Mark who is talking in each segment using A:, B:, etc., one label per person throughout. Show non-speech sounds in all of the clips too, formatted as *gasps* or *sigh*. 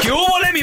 A: ¿Qué hubo, mi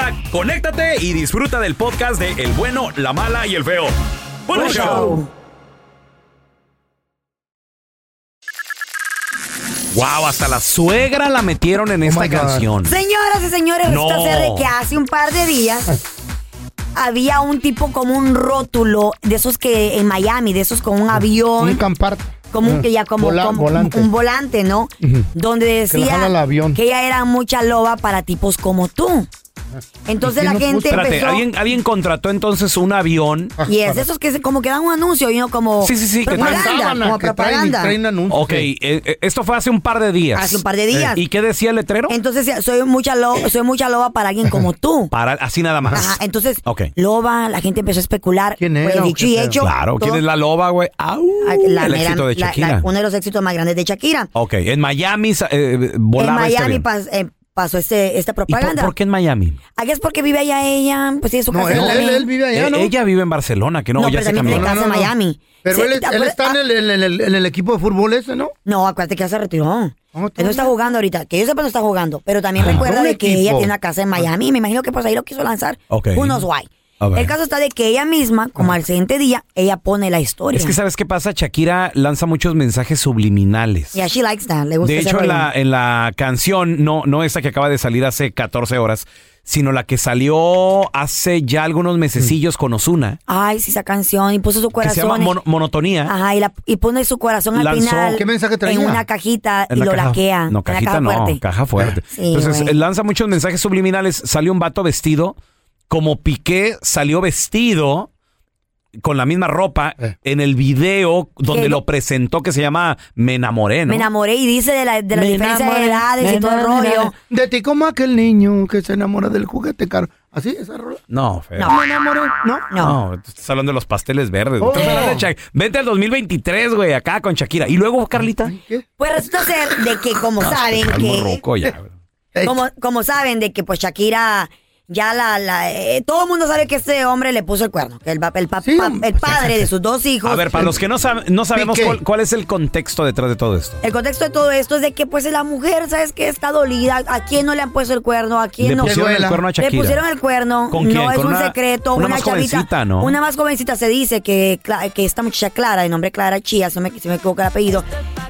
A: conéctate y disfruta del podcast de El bueno, la mala y el feo. Bueno,
B: Buen
A: show. Wow, hasta la suegra la metieron en esta canción.
B: Señoras y señores,
A: No.
B: resulta ser de que hace un par de días había un tipo como un rótulo de esos que en Miami, de esos con un avión.
C: Un camparte.
B: Como un, que ya como,
C: Vola-
B: como
C: volante.
B: un volante, ¿no?
C: Ujú.
B: Donde
C: Que la
B: decía
C: jala el avión.
B: que ella era mucha loba para tipos como tú. Entonces
C: ¿Y
B: la
C: quién
B: gente
C: nos puso?
A: Espérate,
B: empezó
A: ¿alguien, alguien contrató entonces un avión.
B: y es de esos que se- como que dan un anuncio y uno como
A: Sí, sí, sí, que traen
B: propaganda,
C: Sábana
B: como
C: que traen y
B: propaganda.
C: traen anuncios.
A: Ok, eh, eh, esto fue hace un par de días. Eh,
B: Hace un par de días.
A: ¿Y qué decía el letrero?
B: Entonces soy mucha loba, soy mucha loba para
A: *laughs*
B: alguien como tú.
A: Para, así nada más.
B: Ajá, entonces
A: Ok.
B: loba, la gente empezó a especular,
C: ¿Quién era
B: Fue
C: o
B: dicho
C: qué
B: y
C: pedo?
B: hecho.
A: Claro, ¿quién
B: todo-
A: es la loba, güey? Au,
B: la
A: el
B: mera-
A: éxito de
B: la- la-
A: Shakira.
B: uno de los éxitos más grandes de Shakira.
A: ok, en Miami sa- eh,
B: en
A: volaba este
B: Miami
A: avión.
B: pas- eh, pasó este, esta
A: ¿Y por,
B: propaganda.
A: por qué en Miami?
B: Ah, que es porque vive allá ella, pues tiene su
C: No,
B: casa
C: él,
B: en
C: él,
B: Miami.
C: él vive allá,
A: Eh,
C: ¿no?
A: Ella vive en Barcelona, que no,
B: No,
A: ya
B: pero
A: se
B: también
A: cambió.
B: tiene casa en Miami.
C: Pero
B: Sí,
C: él,
B: ¿te
C: él
B: acuerdas? Ah.
C: está en el, en el- en el- en el equipo de fútbol ese, ¿no?
B: No, acuérdate que ya se retiró.
C: ¿Cómo
B: Él no está jugando ahorita, que yo sepa no está jugando, pero también recuerda
C: Un
B: de que
C: equipo.
B: ella tiene una casa en Miami y me imagino que por ahí lo quiso lanzar.
A: Ah. Ok.
B: Unos guay.
A: A ver. Ah.
B: El caso está de que ella misma, como al siguiente día, ella pone la historia.
A: Es que ¿sabes qué pasa? Shakira lanza muchos mensajes subliminales.
B: Yeah, she likes that. Le gusta
A: De
B: ese
A: hecho, en
B: rollo.
A: la, en la canción, no, no esta que acaba de salir hace 14 horas, sino la que salió hace ya algunos mesecillos con Ozuna,
B: Ay, sí, esa canción. Y puso su
A: que
B: corazón.
A: se llama Mono- Monotonía.
B: Ajá, y, la- y pone su corazón al
A: Lanzó-
B: final.
C: ¿Qué mensaje traía?
B: En una cajita
A: En
B: y
A: la
B: lo
A: caja-
B: laquea.
A: No,
B: en la
A: cajita
B: caja
A: no,
B: fuerte.
A: caja fuerte.
B: Sí,
A: Entonces,
B: güey.
A: eh, lanza muchos mensajes subliminales. Salió un vato vestido, como Piqué salió vestido con la misma ropa
C: Eh.
A: en el video donde
B: Que-
A: lo presentó que se llama Me enamoré, ¿no?
B: Me enamoré y dice de la, de la
A: Me
B: diferencia
A: enamoré,
B: de edades
A: me
B: y todo el
A: enamoré.
B: rollo.
C: De ti como aquel niño que se enamora del juguete caro. ¿Así? ¿Esa rola?
A: No, feo.
B: No.
C: Me enamoré, ¿no?
B: No.
A: No, tú estás hablando de los pasteles verdes. güey.
C: Oh.
A: Estás hablando de Shak- Vente al 2023, güey, acá con Shakira. Y luego, Carlita.
C: ¿Qué?
B: Pues resulta ser de que, como saben,
A: Estás muy
B: que.
A: roco ya, güey.
C: Eh,
B: Como, como saben, de que pues Shakira. Ya la, la eh, todo el mundo sabe que este hombre le puso el cuerno, que el, pa- el, pa-
C: Sí,
B: pa-
C: hombre.
B: el padre de sus dos hijos.
A: A ver, para los que no, saben- no sabemos
C: Piqué.
A: cuál, cuál es el contexto detrás de todo esto.
B: El contexto de todo esto es de que pues la mujer, ¿sabes qué? Está dolida. ¿A quién no le han puesto el cuerno? ¿A quién
A: Le
B: no?
A: pusieron el
C: duela.
A: cuerno a
B: Le
A: Shakira.
B: pusieron el cuerno.
A: ¿Con quién?
B: no es
A: Con
B: un
A: una-
B: secreto.
A: una
B: Una,
A: más
B: chavita.
A: jovencita, ¿no?
B: Una más jovencita se dice que, Cla- que esta muchacha Clara, de nombre Clara Chía, si me, si me equivoco el apellido,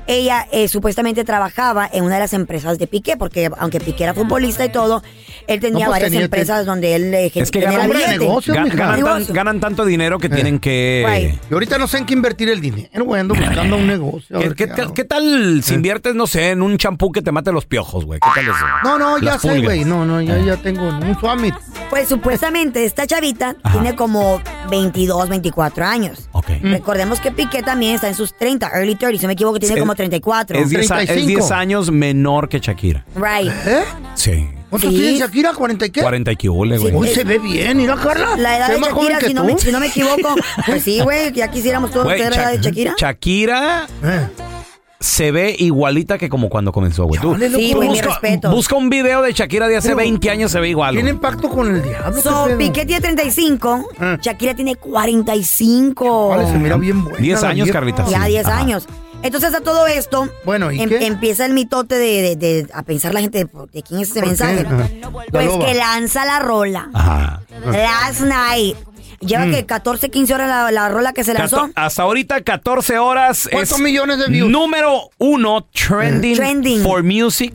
B: ella eh, supuestamente trabajaba en una de las empresas de Piqué, porque aunque Piqué era futbolista y todo, él tenía
A: pues
B: varias
A: tenía-
B: empresas donde él eh,
A: Es que
B: genera
A: ganan,
B: billete.
A: ga- ganan, tan-
B: Negocio.
A: ganan tanto dinero
C: Eh.
A: que tienen que...
C: Y ahorita no sé en qué invertir el dinero, güey. Ando buscando un negocio. a
A: ¿Qué,
C: ver
A: qué
C: qué
A: tal-
C: hago.
A: qué tal
C: Eh.
A: si inviertes, no sé, en un champú que te mate los piojos, güey? ¿Qué tal eso?
C: No, no, ya
A: Las
C: sé,
A: pulgas. Eh.
C: güey. No, no, ya, ya tengo un summit.
B: Pues supuestamente esta chavita tiene como 22, 24 años.
A: Mm.
C: Mm.
B: Recordemos que Piqué también está en sus 30, early 30, si no me equivoco, tiene
A: Es-
B: como 34.
A: Es 10 a- es 10 años menor que Shakira.
B: Right.
A: Sí.
C: ¿Cuánto
B: Sí.
C: ¿Eh? tiene Shakira? ¿40 y qué?
A: 40 y que hule,
C: Sí,
A: güey.
C: Uy, se ve bien, mira, Carla.
B: La edad
C: Se ve
B: de
C: más joven
B: Shakira,
C: que
B: si no,
C: tú.
B: me, si no me
C: *laughs*
B: equivoco. Pues sí, güey, ya quisiéramos todos
A: Güey,
B: tener la edad de
A: Sha-
B: Shakira.
A: Shakira
C: Eh.
A: se ve igualita que como cuando comenzó, güey. Tú-
B: Chale, loco. Sí, güey, mis respetos.
A: busca un video de Shakira de hace
B: Pero-
A: 20 años, se ve igual.
C: Tiene
A: güey.
C: impacto con el diablo.
B: So,
C: qué pedo. Ah.
B: Piqué tiene 35, Shakira tiene 45.
C: Vale, se mira bien buena.
A: 10
C: la
A: años,
C: vieja.
A: Carlita.
B: Ya
A: sí.
B: 10
A: Ajá.
B: años. Entonces a todo esto
C: Bueno, ¿y
B: em-
C: qué?
B: empieza el mitote de, de- de- a pensar la gente de, de quién es este
C: ¿Por qué?
B: mensaje.
C: Ajá. La
B: Pues
C: loba. Ah.
B: que lanza la rola.
A: Ajá.
B: Last night. Lleva
C: Mm.
B: que 14, 15 horas la, la rola que se lanzó.
C: ah,
A: Cato- hasta ahorita 14 horas.
C: ¿Cuántos
A: es
C: millones de views?
A: Número uno, trending,
B: Trending.
A: for music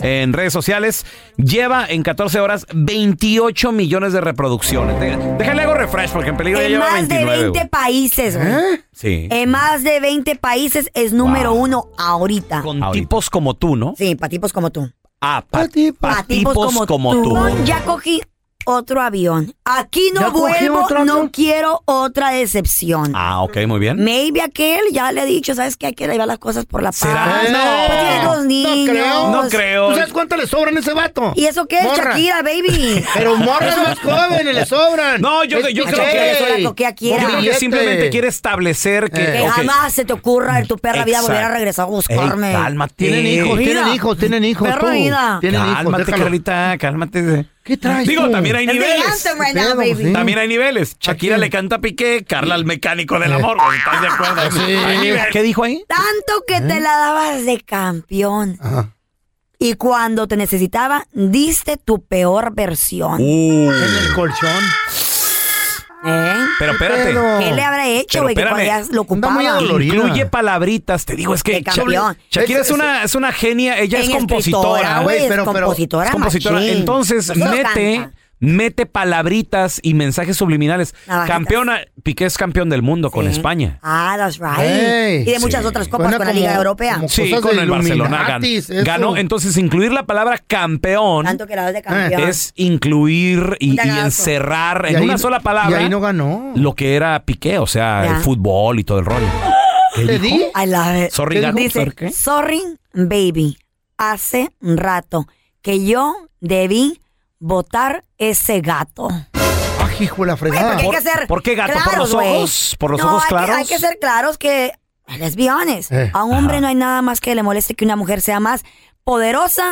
A: en redes sociales. Lleva en 14 horas 28 millones de reproducciones. Dé- Déjale hago refresh porque en peligro ya
B: En
A: lleva
B: más de
A: 29.
B: 20
A: güey.
B: países, güey.
C: ¿Eh?
A: Sí.
B: En más de 20 países es número
A: Wow.
B: uno ahorita.
A: Con tipos como tú, ¿no?
B: Sí, para tipos como tú.
A: Ah,
C: Pa' tipos.
A: pa-
B: Pa' tipos como, tú. Ya cogí otro avión. Aquí
C: ¿Ya
B: no
C: cogí
B: vuelvo,
C: otro avión?
B: no quiero otra decepción.
A: Ah, ok, muy bien.
B: Maybe aquel ya le he dicho, ¿sabes qué? Hay que llevar las cosas por la paz.
A: ¿Será? No.
B: Pues tiene dos
C: No
B: niños.
C: creo.
A: No creo.
C: ¿Tú sabes cuánto le sobran a ese vato?
B: ¿Y eso qué?
C: Morra.
B: Shakira, baby.
C: Pero morras más jóvenes le sobran.
A: No, yo- yo creo que-
B: Eso es lo que aquí era.
A: Yo creo que
C: Billete.
A: simplemente quiere establecer que.
C: Eh.
B: Que
A: ok.
B: jamás se te ocurra en tu perra vida volver a
A: Exacto.
B: regresar a
A: Ey,
B: buscarme.
A: cálmate.
C: Tienen hijos,
B: Mira.
C: tienen hijos, tienen hijos.
B: Perro
C: tú.
B: vida.
C: Tienen hijos,
A: Cálmate,
C: déjalo.
A: Carlita, cálmate.
C: ¿Qué traes
A: Digo,
C: tú?
A: también hay
B: Es de
A: niveles.
B: anthem right now,
C: Pedo,
B: baby.
C: sí.
A: También hay niveles. Shakira
C: quién? Eh.
A: le canta a Piqué, Carla al mecánico del amor. güey. ¿Estás de acuerdo?
C: Sí.
A: Hay niveles. ¿Qué dijo ahí?
B: Tanto que te la dabas de campeón.
C: Ajá.
B: Y cuando te necesitaba, diste tu peor versión.
C: En el colchón.
B: ¿Eh?
A: Uh, Pero espérate.
C: pedo?
B: ¿Qué le habrá hecho,
A: Uh. Pero
B: güey?
A: espérame.
B: Que cuando ya lo
C: Anda
B: ocupaba.
C: muy adolorido.
A: Incluye palabritas, te digo, es que
B: De campeón.
A: Shakira
C: Es-
A: es una, es una genia, ella es
B: En escritora,
A: compositora,
B: güey,
C: güey,
B: es
C: pero- pero-
B: compositora,
A: es compositora.
B: machín.
A: Entonces,
B: Nosotros
A: mete,
B: canta.
A: mete palabritas y mensajes subliminales.
B: Navajitas.
A: Campeona, Piqué es campeón del mundo con
B: Sí.
A: España.
B: Ah, that's right.
C: Ey,
B: y de muchas
A: sí.
B: otras copas
C: Suena
B: con la
C: como-
B: Liga Europea.
C: como-
A: Sí,
C: Cosas
A: con
C: de
A: el Barcelona gan-
C: Illuminatis, eso.
A: ganó. Entonces, incluir la palabra campeón
B: Tanto que la das de campeón.
A: Eh. es incluir y,
B: Un
A: y
B: tagazo.
A: encerrar
C: Y
A: en
C: ahí-
A: una sola palabra
C: Y ahí no ganó.
A: lo que era Piqué, o sea,
B: Ya.
A: el fútbol y todo el rollo. ¿Qué
C: ¿Te
A: dijo?
C: di?
B: I love it.
A: Sorry, gato.
B: Dice,
A: ¿Por qué?
B: sorry, baby. Hace un rato que yo debí votar ese gato.
C: Ah, hijo de la fregada.
B: Porque hay que
A: ¿Por-
B: ser
A: por qué gato? ¿Por
B: claros,
A: los
B: güey.
A: ojos? ¿Por los
B: No,
A: ojos
B: hay que-
A: claros?
B: hay que ser claros que, let's be honest,
C: Eh,
B: a un hombre no hay nada más que le moleste que una mujer sea más poderosa,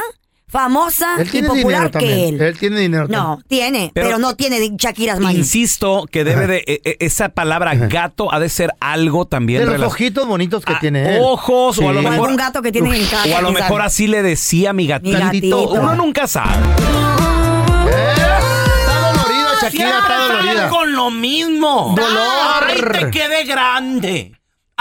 B: famosa
C: Él
B: y
C: tiene dinero
B: popular que
C: también.
B: él.
C: Él. tiene dinero
B: No, tiene, pero,
A: Pero-
B: no tiene de Shakira's money.
A: Insisto que debe de e- e- esa palabra gato ha de ser algo también
C: también. De
A: relac-
C: los ojitos bonitos que
A: Ah,
C: tiene él.
A: ojos o a lo
B: O
A: mejor
B: algún gato que tiene en casa.
A: o a lo
B: quién
A: mejor
B: sabe.
A: así le decía mi
B: Mi
A: gatito.
B: gatito.
A: Uno nunca sabe.
C: Está dolorida, Shakira, está
A: Siempre Ah, salen
C: dolorida.
A: con lo mismo.
C: Dolor. Mm.
A: quedé grande.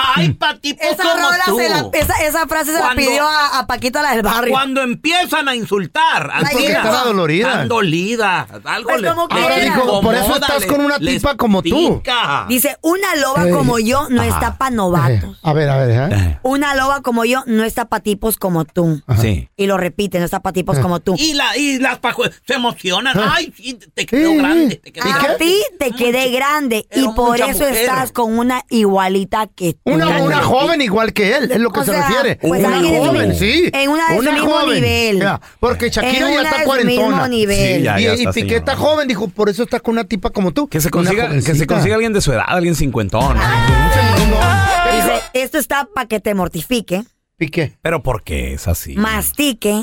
A: Ay, pa' pues, tipos
B: Esa, rola se la- esa, esa frase se la
A: Cuando-
B: pidió a, a Paquita la del barrio.
A: empiezan a insultar,
C: Porque
B: Mira,
C: estaba dolorida.
A: tan dolida, algo
B: Pues como
C: Ahora
B: quiera.
C: dijo, por eso
A: incomoda,
C: estás
A: le-
C: con una
A: les
C: tipa como tú.
A: pica.
B: Dice, una loba
C: Ey.
B: como yo no está pa'
C: Eh,
B: novatos.
C: A ver, a ver, ¿eh?
B: Una loba como yo no está pa' tipos como tú.
A: Sí.
B: Y lo repite, no está pa' tipos
C: Eh.
B: como tú.
D: Y, la, y las pajuelas se emocionan. Ay, sí, te quedó
C: Ah. Sí,
D: grande. Te
C: sí.
D: quedó
B: A
D: grande.
B: ti te quedé grande y
D: era
B: por
D: mucha
B: eso
D: mujer.
B: estás con una igualita que tú.
C: Una, una joven igual que él, es lo que
B: O
C: se
B: sea,
C: refiere.
B: pues
C: una
B: alguien de su
C: joven,
B: mi-
C: sí.
B: en una de su mismo nivel.
C: Ya, porque
B: En
C: Shakira
B: una
C: ya
B: de
C: está
B: su mismo
C: cuarentona.
B: nivel.
A: Sí, ya,
C: y
A: ya
C: y
A: está,
C: Piqué
A: señora.
C: está joven, dijo, por eso está con una tipa como tú.
A: Que se
C: Una
A: consiga, que se
C: jovencita.
A: consiga alguien de su edad, alguien cincuentón. ¿no?
B: Ah. Dice, esto está para que te mortifique,
C: Piqué.
A: Pero ¿por qué es así?
B: mastique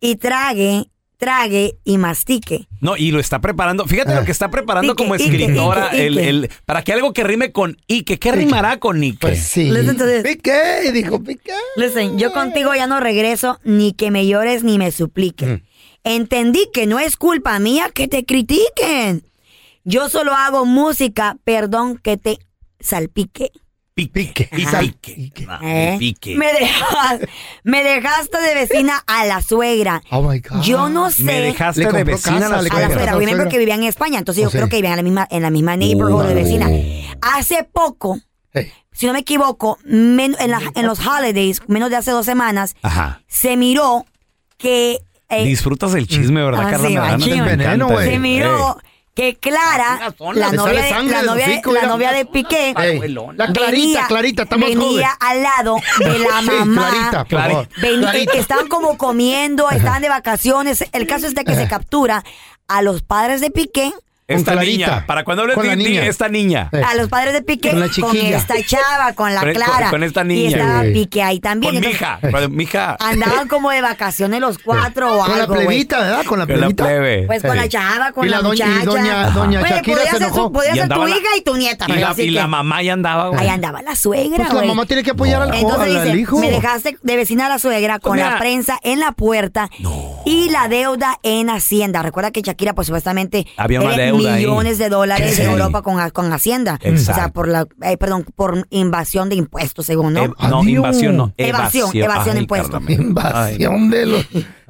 B: y trague, trague y mastique.
A: No, y lo está preparando. Fíjate lo que está preparando
B: Ike,
A: como
B: Ike,
A: escritora.
B: Ike,
A: el,
B: Ike.
A: el- para que algo que rime con Ike. ¿Qué rimará con Ike?
C: Pues sí.
B: Listen to this.
C: Piqué, dijo Piqué.
B: Listen, yo contigo ya no regreso ni que me llores ni me
D: Mm.
B: supliquen. Entendí que no es culpa mía que te critiquen. Yo solo hago música, perdón que te salpique.
D: Pique.
B: Ajá.
D: Pique.
B: ¿Eh?
D: Ah, Pique.
B: Me, dejas- me dejaste de vecina a la suegra.
C: Oh my God.
B: Yo no sé.
A: Me dejaste
C: Le
A: de
C: compró
A: vecina
C: casa,
A: a la
C: le
B: a
A: suegra.
B: la
C: compró
B: suegra,
C: la
B: obviamente
C: suegra.
B: porque vivían en España, entonces yo
C: Oh, sí.
B: creo que vivían en la misma, en la misma neighborhood de vecina. Hace poco,
C: Hey.
B: si no me equivoco, men- en, la- en los holidays, menos de hace dos semanas,
A: Ajá.
B: se miró que eh,
A: Disfrutas el chisme, ¿verdad,
B: Ah,
A: Carla?
B: sí,
A: Medrano?
B: machín.
A: Me
C: Veneno,
A: encanta,
C: güey.
B: se
A: eh.
B: miró que Clara,
D: Las zonas,
B: la
D: le
B: novia
C: sale
B: de,
C: sangre
B: la
C: del
B: novia de-
C: hocico,
B: la
C: mira.
B: novia de Piqué,
C: Ey,
D: Abuelona.
C: La Clarita,
B: venía-
C: Clarita, está más joven.
B: venía al
C: *laughs*
B: lado de la
C: Sí,
B: mamá.
C: Clarita, por
A: Clari-
C: favor.
B: Ven-
C: Clarita.
B: eh, estaban como comiendo, estaban de vacaciones. El caso es de que se captura a los padres de Piqué,
A: Esta
C: Con
A: niña.
C: Clarita.
A: Para cuando hables
C: Con
A: de
C: la
A: ti,
C: niña.
A: esta niña.
C: Eh.
B: a los padres de Piqué con,
C: Con la chiquilla.
B: esta chava, con la
A: Con- con-
B: Clara.
A: con esta
B: Y
A: niña.
B: estaba
C: Sí.
B: Piqué ahí también.
A: Con mi
B: Entonces,
A: hija. Mija.
B: Andaban como de vacaciones los cuatro o
C: Con la
B: algo. güey.
C: plebita, ¿verdad? Con la
A: Que la
C: plebita.
A: plebe.
B: Pues con
C: Sí.
B: la chava, con
C: Y la
B: la
C: doña- y
B: muchacha.
C: doña-
B: Ajá.
C: doña
B: Oye,
C: Shakira
B: podía
C: se
B: ser su-
C: enojó.
B: podía
A: Y
B: ser tu
A: andaba la-
B: hija y tu nieta.
A: Y
B: pero
A: la,
B: así
A: y la
B: que-
A: mamá ya andaba, güey.
B: Ahí andaba la suegra,
C: Pues la
B: güey.
C: mamá tiene que apoyar al, jo-
B: Entonces
C: al- al
B: dice,
C: hijo.
B: me dejaste de vecina a la suegra con
A: mira.
B: la prensa en la puerta y la deuda en Hacienda. Recuerda que Shakira, pues supuestamente
A: Había una
B: debe
A: deuda ahí.
B: millones de dólares
A: Sí.
B: en Europa con, ha- con Hacienda.
A: Exacto.
B: O sea, por la, eh, perdón, por invasión de impuestos, según, ¿no?
A: Eh, no,
C: Adiós.
A: invasión, no.
B: Evasión, evasión de
A: Ay,
B: impuestos.
A: Carla, me-
C: *laughs* Invasión de los,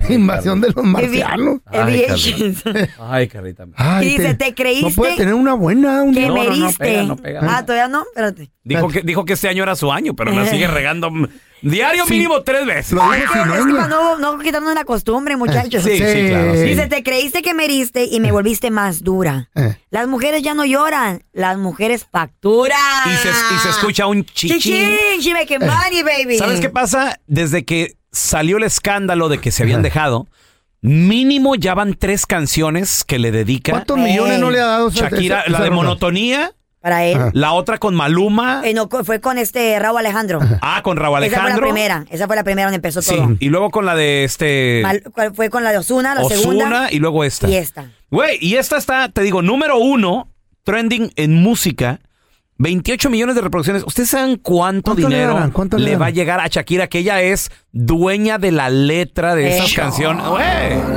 C: invasión de los marcianos.
A: Ay,
B: Evasions.
A: Ay, Carlita.
C: Ay,
B: Y dice, ¿te creíste?
C: No puede tener una buena. un-
B: que
A: No, no,
B: me
A: no,
B: diste.
A: pega, no pega.
B: Ah, todavía no, espérate. Eh.
A: Dijo que, dijo que este año era su año, pero la sigue regando m- diario mínimo tres veces.
C: Lo
B: Es
C: dijo
B: que-
C: sin
B: es que
C: ella.
B: para no, no quitarnos la costumbre, muchachos.
A: Sí, sí, claro, sí.
B: Dice, te creíste que me heriste y me volviste más dura.
C: Eh.
B: Las mujeres ya no lloran, las mujeres facturan.
A: Y se, y
B: Ah.
A: se escucha un chichín. Eh.
B: Chichín, she making money, baby.
A: ¿Sabes qué pasa? Desde que salió el escándalo de que se habían dejado, mínimo ya van tres canciones que le dedica
C: ¿Cuántos millones no le ha dado esa-
A: Shakira.
C: esa-
A: La
C: esa
A: de
C: rola?
A: Monotonía,
B: Para él.
C: Ajá.
A: la otra con Maluma,
B: Eh, no, co- fue con este Raúl Alejandro.
A: ah, con Raúl
B: Esa fue la
A: Alejandro.
B: primera, esa fue la primera donde empezó
A: Sí,
B: todo.
A: y luego con la de este
B: Mal- cuál fue con la de Osuna, la segunda
A: Osuna y luego esta.
B: y esta.
A: Güey, y esta está, te digo, número uno, trending en música. 28 millones de reproducciones. ¿Ustedes saben cuánto,
C: ¿Cuánto le
A: dinero
C: darán? ¿Cuánto le
A: le
C: darán?
A: va a llegar a Shakira? Que ella es dueña de la letra de esas
B: Eh.
A: canciones. Güey.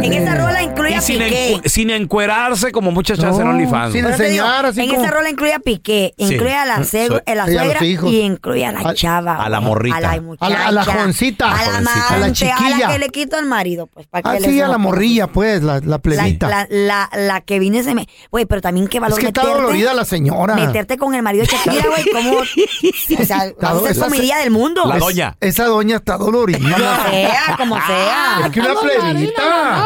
B: En esa rola incluye
A: Y
B: a
A: sin,
B: Piqué.
A: encu- sin encuerarse como muchas chavas en
C: No,
A: OnlyFans.
C: sin
B: Por eso te digo,
C: enseñar así
B: en
C: como-
B: esa rola incluye a Piqué, incluye a la,
A: Sí.
B: cegro- a la
C: Y a los
B: suegra
C: hijos.
B: y incluye a la
C: A-
B: chava.
A: a la
B: güey,
A: morrita.
B: A la,
A: A la-
B: muchacha,
C: a la jovencita.
B: A la
A: Jovencita.
C: A la
B: amante, a
C: chiquilla.
B: la que le quito al marido. Pues, para
C: Ah,
B: que le
C: sí,
B: sea
C: a la
B: una-
C: morrilla, pues, la, la
B: La,
C: plebita.
B: la, la, la que viene se me... Güey, pero también qué valor
C: es que está
B: meterte-
C: dolorida la señora.
B: Meterte con el marido de Shakira,
C: *laughs*
B: güey, como... O sea, vamos a ser
C: esa
B: comidilla del mundo.
A: La
C: Es-
A: doña.
C: Esa doña está *laughs*
B: Como
C: dolorida.
B: sea, como sea. Ah,
C: Es que Ah, una plebita.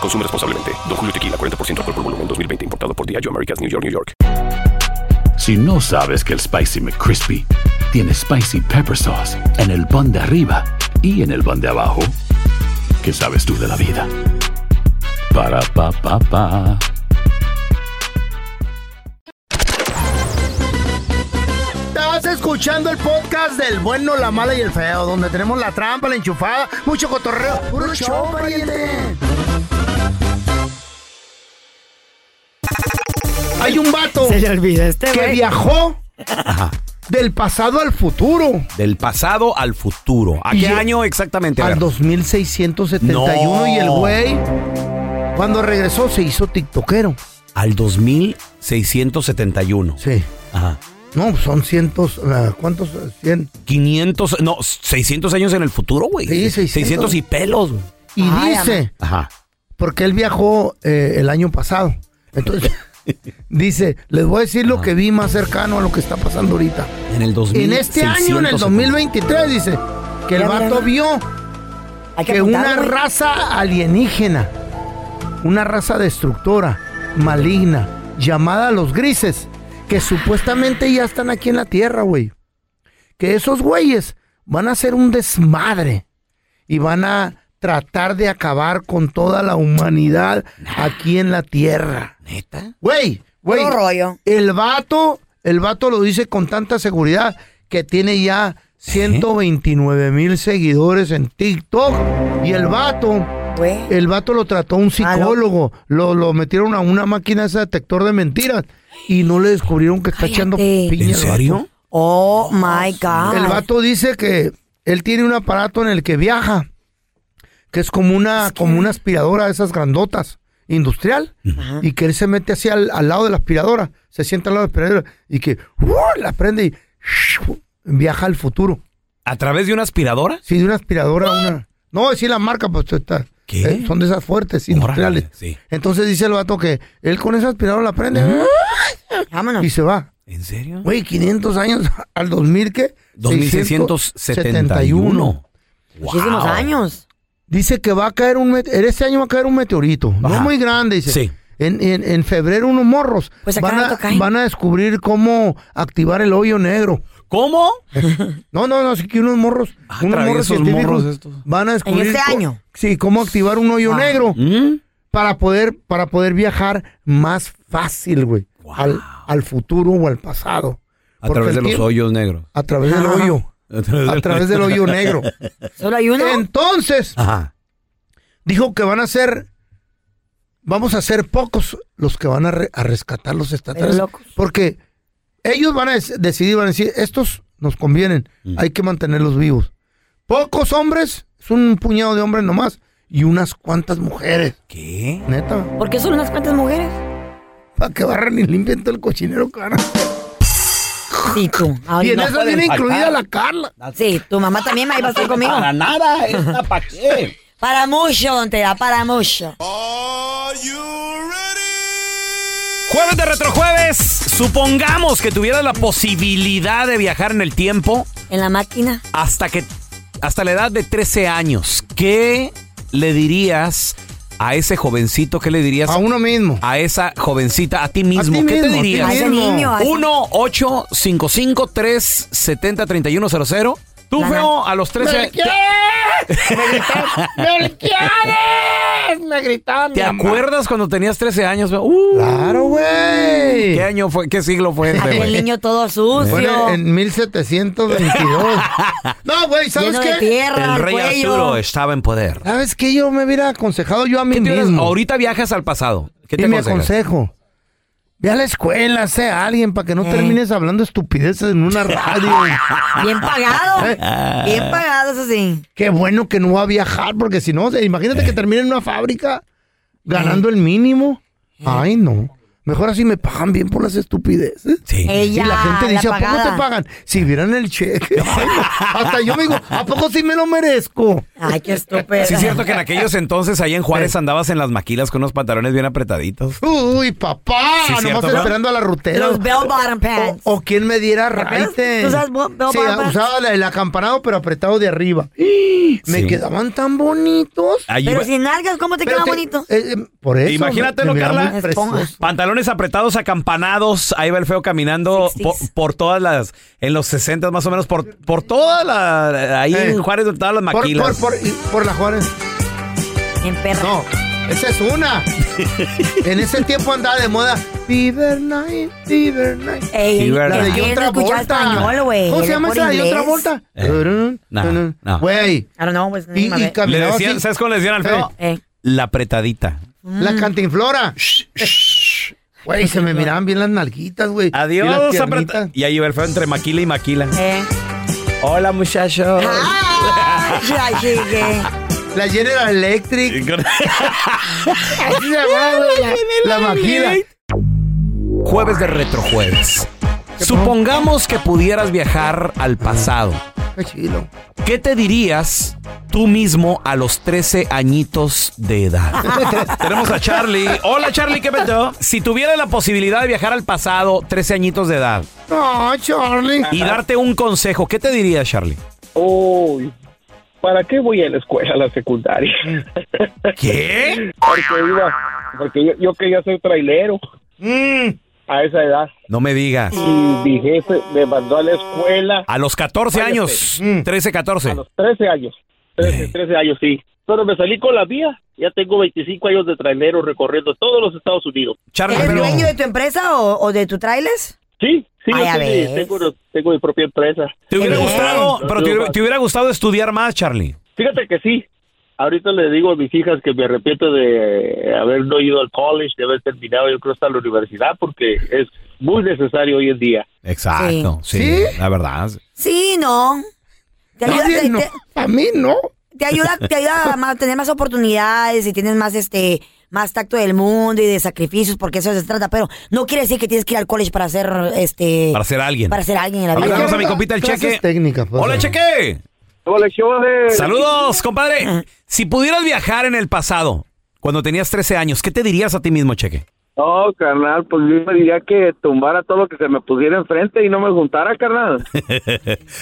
E: Consume responsablemente. Don Julio Tequila, 40% alcohol por volumen, 2020. Importado por Diageo Americas, New York, New York.
F: Si no sabes que el Spicy McCrispy tiene Spicy Pepper Sauce en el pan de arriba y en el pan de abajo, ¿qué sabes tú de la vida? Para, pa, pa, pa.
C: Estás escuchando el podcast del bueno, la mala y el feo, donde tenemos la trampa, la enchufada, mucho cotorreo. ¡Puro show, pariente! Hay un vato
B: Se le olvidó este,
C: que
B: güey.
C: viajó del pasado al futuro,
A: Del pasado al futuro. ¿A
C: Y-
A: qué año exactamente? A
C: al
A: ver.
C: 2671,
A: No.
C: y el güey, cuando regresó, se hizo tiktokero.
A: Al 2671.
C: Sí.
A: Ajá.
C: No, son cientos, ah, ¿cuántos? Cien.
A: 500, no, 600 años en el futuro, güey.
C: Sí, 600.
A: y pelos. güey.
C: Y
B: Ay,
C: dice...
A: Ajá.
C: porque él viajó eh, el año pasado. Entonces, *laughs* dice, les voy a decir lo que vi más cercano a lo que está pasando ahorita.
A: En el 2000.
C: En este año, en el 2023, dice, que el
B: Ya, mira,
C: vato
B: mira.
C: vio
B: Hay que
C: que una
B: apuntarlo, güey.
C: raza alienígena, una raza destructora, maligna, llamada los grises, que supuestamente ya están aquí en la Tierra, güey. Que esos güeyes van a hacer un desmadre y van a tratar de acabar con toda la humanidad aquí en la Tierra. ¿Neta? Güey, güey.
B: Puro rollo.
C: El vato, el vato lo dice con tanta seguridad que tiene ya 129 mil seguidores en TikTok. Y el vato, el vato lo trató
A: Ah,
C: un psicólogo. Lo, lo metieron a una máquina ese detector de mentiras. Y no le descubrieron que está echando piña.
A: ¿En
C: el vato.
A: serio?
B: Oh my God.
C: El vato dice que él tiene un aparato en el que viaja, que es como una, como una aspiradora de esas grandotas, industrial, y que él se mete así al, al lado de la aspiradora, se sienta al lado de la aspiradora y que ¡uh! la prende y ¡shoo! viaja al futuro.
A: ¿A través de una aspiradora?
C: Sí, de una aspiradora a una. No, decir la marca, pues está. eh, son de esas fuertes, industriales.
A: Sí.
C: Entonces dice el vato que él con esa aspiradora la prende
B: Vámonos.
C: y se va.
A: ¿En serio?
C: Güey, 500 años *laughs* al 2000, ¿qué?
A: 2671.
B: Muchísimos
A: Wow.
B: años.
C: Dice que va a caer un meteorito. Este año va a caer un meteorito. No
A: Ajá.
C: muy grande, dice.
A: Sí.
C: En, en- en febrero unos morros
B: Pues a
C: van,
B: cada
C: a,
B: rato caen.
C: van a descubrir cómo activar el hoyo negro.
A: ¿Cómo?
C: ¿Eh? No, no, no, así que unos morros,
A: Ah,
C: unos morros
A: traviesos
C: científicos
A: morros estos.
C: van a descubrir
B: este
C: co-
B: año?
C: Sí, cómo activar un hoyo
B: Wow.
C: negro
A: ¿Mm?
C: para poder para poder viajar más fácil, güey, al, al futuro o al pasado.
A: A
C: Porque
A: través
C: el
A: de los
C: tiempo-
A: hoyos negros.
C: A través del
A: *laughs*
C: hoyo,
A: A través,
C: a
A: del-
C: través del hoyo negro.
B: ¿Solo hay uno?
C: Entonces,
A: Ajá.
C: dijo que van a ser, vamos a ser pocos los que van a, re- a rescatar los
B: Pero
C: extraterrestres.
B: locos.
C: Porque ellos van a des- decidir, van a decir, estos nos convienen, hay que mantenerlos vivos. Pocos hombres, es un puñado de hombres nomás, y unas cuantas mujeres,
A: ¿Qué?
C: neta.
B: ¿Por qué solo unas cuantas mujeres?
C: Para que barran y limpien todo el cochinero, cara.
B: Sí,
C: *laughs*
B: tú. Ahora
C: Y en
B: no.
C: esa
D: pueden
C: viene
D: faltar.
C: incluida la Carla.
B: Sí, tu mamá también me iba a estar conmigo.
D: Para nada, esta pa' qué.
B: Para mucho, don Tela, para mucho.
A: Jueves de retrojueves. Supongamos que tuvieras la posibilidad de viajar en el tiempo
B: En la máquina.
A: hasta que hasta la edad de 13 años. ¿Qué le dirías a ese jovencito? ¿Qué le dirías
C: A uno mismo.
A: a esa jovencita, a ti mismo?
C: ti
A: ¿Qué
C: mismo,
A: te
C: a ti
A: dirías?
B: A ese
C: mismo.
B: niño. a ese-
A: 1-855-370-3100. Tú,
B: Ajá.
A: feo, a los 13
C: ¡Me
A: años.
C: quieres! ¡Me gritaban! ¡Me quieres! Me gritaban.
A: ¿Te
C: mi mamá.
A: acuerdas cuando tenías 13 años? feo? Uh,
C: Claro, güey.
A: ¿Qué año fue? ¿Qué siglo fue este,
B: Aquel
A: güey?
B: niño todo sucio.
C: Bueno, en 1722. *laughs* no, güey, ¿sabes
B: lleno de
C: qué?
B: tierra.
A: El
B: al
A: rey
B: cuello.
A: Arturo estaba en poder.
C: ¿Sabes qué? Yo me hubiera aconsejado yo a mí
A: ¿Qué te hubieras-
C: mismo.
A: Ahorita viajas al pasado. ¿Qué
C: y
A: te
C: me
A: aconsejas?
C: aconsejo. Ve a la escuela, sé a alguien para que
B: Eh.
C: no termines hablando estupideces en
B: *laughs*
C: una radio.
B: Bien
C: *laughs*
B: pagado. Bien pagado, eso sí.
C: qué bueno que no va a viajar, porque si no, o sea, imagínate
B: Eh.
C: que termine en una fábrica ganando el mínimo.
B: Eh.
C: Ay, no. Mejor así me pagan bien por las estupideces.
A: Sí.
B: Ella,
C: y la gente dice, ¿a poco
B: pagada".
C: te pagan? Si vieran el
B: *laughs*
C: cheque. Ay, no. Hasta yo me digo, ¿a poco sí me lo merezco?
B: Ay, qué estúpido.
A: Sí, es cierto que en
C: *laughs*
A: aquellos entonces ahí en Juárez andabas en las maquilas con unos pantalones bien apretaditos.
C: Uy, papá,
A: Sí,
C: nomás
A: cierto, ¿no?
C: esperando a la rutera.
B: Los bell bottom pants.
C: O, o quien me diera
B: acuerdas?
C: raite.
B: ¿Tú usabas bo- bell
C: Sí, ah,
B: bottom
C: usaba la- el acampanado, pero apretado de arriba. Me
A: *gasps* Sí.
C: quedaban tan bonitos.
A: Ahí
B: Pero
A: iba-
B: sin nalgas, ¿cómo te queda
C: Pero te-
B: bonito?
C: eh, eh, por eso.
A: Imagínatelo,
C: me- me miraba
A: Carla.
C: muy precioso.
A: Pantalones apretados, acampanados. Ahí va el feo caminando po- por,
B: 60s.
A: todas las. En los 60 más o menos, por, por toda la. Ahí
C: Eh.
A: en Juárez, donde estaban las
C: Por,
A: maquilas.
C: por, por, y- por la Juárez.
B: En perra.
C: Eh, No, esa es
A: *laughs*
C: una. en ese tiempo andaba de moda. Fever Night, Fever Night.
B: Ey,
A: Sí, verdad.
C: La de
B: ¿quién
C: John
B: no escuchaba
C: Travolta.
B: Eh, español, güey.
C: ¿Cómo se
B: Era
C: llama
B: por
C: esa de John
B: inglés.
C: Travolta? Turun,
A: Eh, no,
C: turun.
A: no.
C: Güey.
B: I don't know, pues,
C: Y,
B: no
C: y
B: me-
A: Le
C: caminaba
A: decían,
C: así.
A: ¿Sabes cómo le decían al feo?
B: Eh,
A: La apretadita.
C: La *laughs* cantinflora. Güey, se me miraban bien las nalguitas, güey. Y las
A: Adiós,
C: piernitas.
A: apretadita. Y ahí iba el feo entre maquila y maquila.
B: eh.
A: Hola, muchachos.
B: Ay,
A: *laughs*
B: ya llegué.
C: La General Electric. *laughs* Así se llamaba, güey, La, la maquila.
A: Jueves de retrojueves. Supongamos que pudieras viajar al pasado.
C: Qué chilo.
A: ¿Qué te dirías tú mismo a los 13 añitos de edad? *laughs* Tenemos a Charlie. Hola, Charlie, ¿qué pasó? Si tuviera la posibilidad de viajar al pasado, 13 añitos de edad,
C: No, Charlie.
A: y darte un consejo, ¿qué te dirías, Charlie?
G: Uy, ¿para qué voy a la escuela, a la
B: *laughs*
G: secundaria?
A: ¿Qué?
G: Porque, iba, porque yo, yo quería ser trailero
B: Mm.
G: a esa edad.
A: No me digas.
G: Y mi jefe me mandó a la escuela.
A: A los 14
G: Cállate.
A: años, 13, 14.
G: 13 años. 13, 13 años, sí. Pero me salí con la mía. Ya tengo 25 años de trailero recorriendo todos los Estados Unidos.
A: Charlie,
B: ¿Eres dueño de tu empresa o, o de tu trailers?
G: Sí, sí,
B: Ay,
G: yo
B: a
G: tengo,
B: ver.
G: tengo- tengo mi propia empresa.
A: ¿Te hubiera
G: Bien.
A: gustado, pero te, hubiera- te hubiera gustado estudiar más, Charlie?
G: Fíjate que sí. Ahorita le digo a mis hijas que me arrepiento de eh, haber no ido al college, de haber terminado, yo creo, hasta la universidad, porque es muy necesario hoy en día.
A: Exacto, sí, la verdad.
B: Sí, no. Te ayuda, te- te-
C: A mí no.
B: te ayuda, te ayuda a ma- tener más oportunidades y tienes más este más tacto del mundo y de sacrificios porque eso se trata, pero no quiere decir que tienes que ir al college para ser este
A: Para ser alguien.
B: Para ser Pues, alguien en la
A: Ahí
B: vida.
A: tenemos a mi compita el Cheque.
C: pues.
A: Hola, Cheque.
B: eh.
H: Hola,
A: Saludos, compadre. Si pudieras viajar en el pasado, cuando tenías 13 años, ¿qué te dirías a ti mismo, Cheque?
H: Oh, carnal, pues yo me diría que tumbara todo lo que se me pusiera enfrente y no me juntara,
C: *laughs*
H: carnal.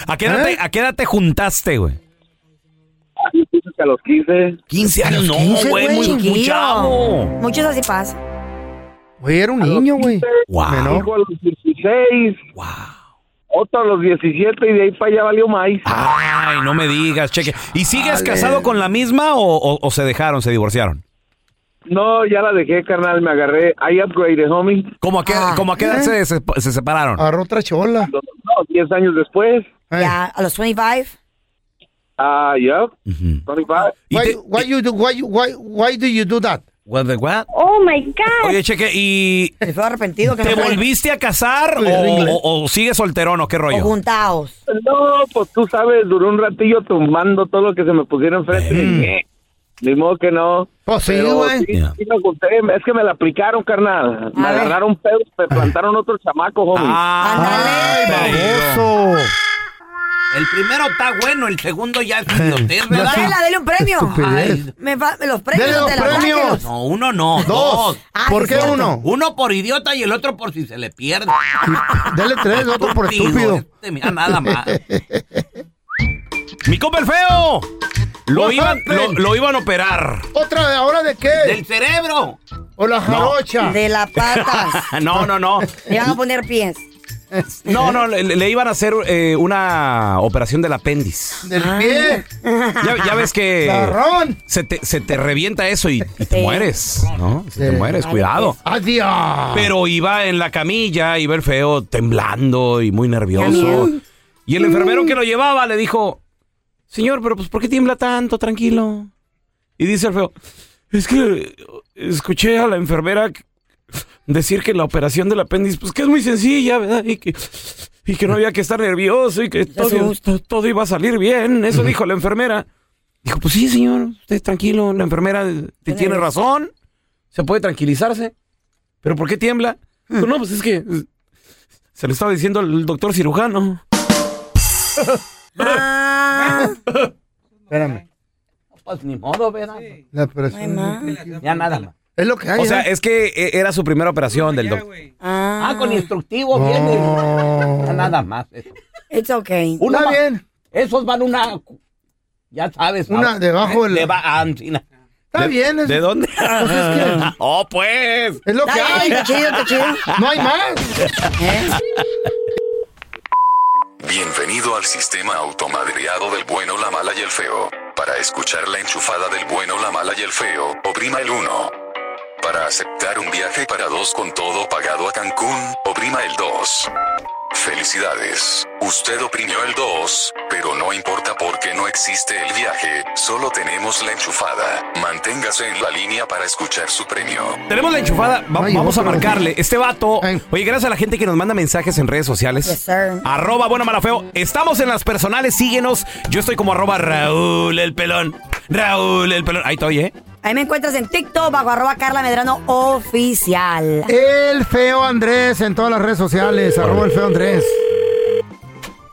A: ¿A qué edad,
B: ¿Eh?
A: te, a qué edad te juntaste, güey?
H: a los 15.
A: 15 años, no,
B: 15,
A: güey, muy, muy
B: chiquillo.
A: chavo.
B: Muchos así pasa.
C: Güey, era un niño, güey.
A: Wow.
H: Menor. a los 16. Wow. Otro a los 17 y de ahí para allá valió maíz.
C: Ah.
A: Ay, no me digas, Cheque. ¿Y sigues
H: Chale.
A: casado con la misma o, o- o se dejaron, se divorciaron?
H: No, ya la dejé, carnal, me agarré. I upgraded, homie.
A: ¿Cómo a qué,
B: Ah,
A: cómo a qué edad se,
B: ¿eh?
A: se- se separaron?
C: Agarró otra chola. Eh,
H: No, 10 años después.
B: Ya, a los 25.
H: Ah, yup. 25.
C: Why, why you do, why, you- why, why do you do that?
A: What the what?
B: Oh my god.
A: Oye, Cheque, ¿y
B: Estoy arrepentido que
A: te
B: no
A: volviste a casar o, o- o sigues solterón o qué
B: o
A: rollo?
B: juntaos.
H: No, pues tú sabes, duró un ratillo tumbando todo lo que se me pusiera enfrente. Eh, Ni modo que no.
C: Pues sí,
H: Pero
C: güey.
H: sí, sí me junté. Es que me la aplicaron, carnal. Me agarraron pedo, me plantaron otro chamaco, joven.
D: Ah,
A: Ah,
C: baboso.
D: El primero está bueno, el segundo ya es idiotez, ¿verdad?
B: Dela, dele un premio.
D: Estupidez.
B: Ay, me fa- los premios
D: Dele los
B: de la
D: premios.
B: sáquenos.
D: No, uno no. Dos.
B: Ah, ¿Por sí, qué cierto. uno?
D: Uno por idiota y el otro por si se le pierde.
C: Dale tres, otro por estúpido.
D: este, mira, nada más.
C: *laughs*
A: ¡Mi compa el feo! Lo
C: What
A: iban, lo,
C: happened?
A: lo iban a operar.
C: ¿Otra de ahora de qué?
D: Del cerebro.
C: O la jarocha.
B: De la pata.
A: *laughs* no, no, no.
B: Le van a poner pies.
A: No, no, le, le iban a hacer eh, una operación del apéndice.
C: Del pie.
A: Ya, ya ves
C: *laughs*
A: que
C: Garrón.
A: se te, se te revienta eso y, y te
C: Sí.
A: mueres, ¿no? Si te
C: Sí.
A: mueres, cuidado.
C: Adiós.
A: Pero iba en la camilla, iba el feo temblando y muy nervioso.
C: También.
A: Y el enfermero que lo llevaba le dijo, señor, pero pues ¿por qué tiembla tanto? Tranquilo. Y dice el feo, es que escuché a la enfermera decir que la operación del apéndice, pues que es muy sencilla, ¿verdad? Y que, y que no había que estar nervioso y que todo, todo iba a salir bien. Eso dijo la enfermera. Dijo, pues sí, señor, usted tranquilo, la enfermera te tiene razón, se puede tranquilizarse. ¿Pero por qué tiembla? Dijo, No, pues es que eh, se lo estaba diciendo el doctor cirujano.
B: Ah,
C: Espérame.
D: Pues ni modo, ¿verdad?
C: La operación.
D: Ya nada más.
C: Es lo que hay.
A: O sea,
C: ¿eh?
A: es que eh, era su primera operación del doctor.
C: Pues
D: Ah, con instructivo viene. Ya nada más. Eso.
B: It's okay.
D: Uno
C: Está
D: va-
C: bien.
D: Esos van una. Ya sabes.
C: Una
D: ah,
C: debajo del-
D: deba- ah, encina.
C: Está bien. Es,
A: ¿De dónde?
C: pues es que-
A: *laughs* ¡Oh, pues!
C: es lo que
B: Está
C: hay.
B: bien, está chido, está chido.
C: *laughs* No hay más.
B: ¿eh?
I: Bienvenido al sistema automadriado del bueno, la mala y el feo. Para escuchar la enchufada del bueno, la mala y el feo, oprima el 1. Para aceptar un viaje para dos con todo pagado a Cancún, oprima el 2. Felicidades, usted oprimió el 2, pero no importa porque no existe el viaje, solo tenemos la enchufada. Manténgase en la línea para escuchar su premio.
A: Tenemos la enchufada, va-
C: Ay,
A: vamos a
C: otro.
A: marcarle. Este vato, oye, gracias a la gente que nos manda mensajes en redes sociales.
B: Yes, sir.
A: Arroba Buena Mala Feo. Estamos en las personales, síguenos. Yo estoy como arroba Raúl el Pelón. Raúl el Pelón. Ahí estoy, ¿eh?
B: Ahí me encuentras en TikTok bajo arroba Carla Medrano oficial.
C: El feo Andrés en todas las redes sociales. Arroba el feo Andrés.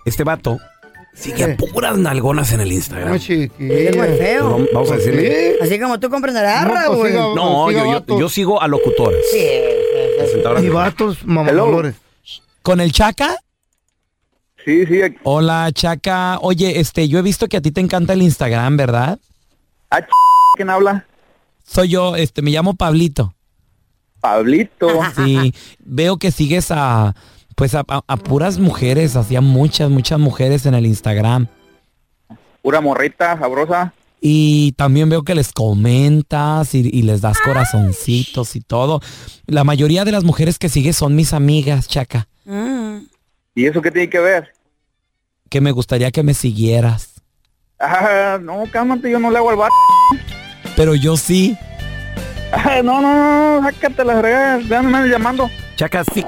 A: Este vato sigue a puras nalgonas en el Instagram.
C: Muy
B: Digo el
C: chiquillo.
B: feo.
A: Vamos- Vamos a decirle.
B: Así como tú comprenderás,
C: No, pues,
B: Raúl.
C: siga-
A: No,
C: siga
A: yo, yo-
C: vatos.
A: yo sigo a locutoras.
B: Sí, sí, sí.
A: Presentadoras
C: Y
A: de-
C: vatos, mamadores.
A: ¿Con el chaca?
H: Sí, sí.
J: Hola, Chaca. Oye, este, yo he visto que a ti te encanta el Instagram, ¿verdad?
H: Ah, ch- ¿quién habla?
J: Soy yo, este, me llamo Pablito.
H: Pablito.
J: *laughs* Sí, veo que sigues a, pues, a, a- a puras mujeres, hacía muchas, muchas mujeres en el Instagram.
H: Pura morrita, sabrosa.
J: Y también veo que les comentas y, y les das corazoncitos y todo. La mayoría de las mujeres que sigues son mis amigas, Chaca,
B: Mm.
H: ¿Y eso qué tiene que ver?
J: que me gustaría que me siguieras.
H: Ah, no, cálmate, yo no le hago al bar.
J: Pero yo sí.
H: Ah, no, no, no, sácate las regadas, ya me andan llamando.
A: Chaca, sí.